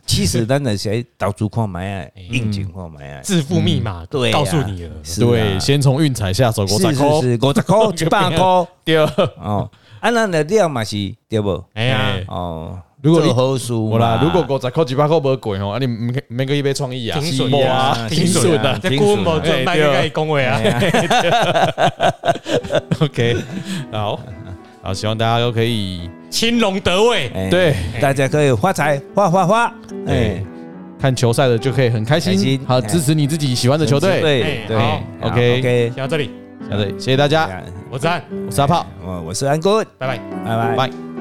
Speaker 3: 其实咱那些投资看买啊，
Speaker 2: 嗯
Speaker 3: 应景看买啊，
Speaker 1: 致富密码
Speaker 3: 对啊
Speaker 1: 告诉你了。
Speaker 3: 是啊
Speaker 2: 对，先从运彩下手，我
Speaker 3: 是是是， 五十块、一百块
Speaker 2: 第二，
Speaker 3: 哦，啊，咱的料嘛是对不？
Speaker 1: 哎呀，
Speaker 3: 哦，
Speaker 2: 如果你
Speaker 3: 做好事嘛，
Speaker 2: 我啦，如果五十块、几百块无贵吼，啊你唔免个一杯创意啊，
Speaker 1: 停
Speaker 2: 没
Speaker 1: 水
Speaker 2: 啊，
Speaker 1: 停水
Speaker 3: 水
Speaker 1: 啊
Speaker 3: 啊！
Speaker 1: 这
Speaker 3: 停
Speaker 1: 顾
Speaker 3: 水啊
Speaker 1: 问某准卖
Speaker 2: 哎
Speaker 1: 个
Speaker 2: 对
Speaker 1: 恭维啊。
Speaker 2: OK，好， 好，希望大家都可以
Speaker 1: 青龙得位，
Speaker 3: 哎
Speaker 2: 对
Speaker 3: 大家可以发财，发发发，
Speaker 2: 哎
Speaker 3: 哎，
Speaker 2: 看球赛的就可以很开
Speaker 3: 开
Speaker 2: 心
Speaker 3: 心，
Speaker 2: 好
Speaker 3: 哎
Speaker 2: 支持你自己喜欢的球队。
Speaker 1: 哎
Speaker 3: 对对
Speaker 1: 好
Speaker 2: ，OK
Speaker 3: OK，
Speaker 1: 讲到这里，
Speaker 2: 好的，谢谢大家，
Speaker 3: 哎
Speaker 1: 我赞，
Speaker 2: 我是阿炮，
Speaker 3: 我我是安哥，
Speaker 1: 拜拜。
Speaker 3: 拜拜
Speaker 2: 拜。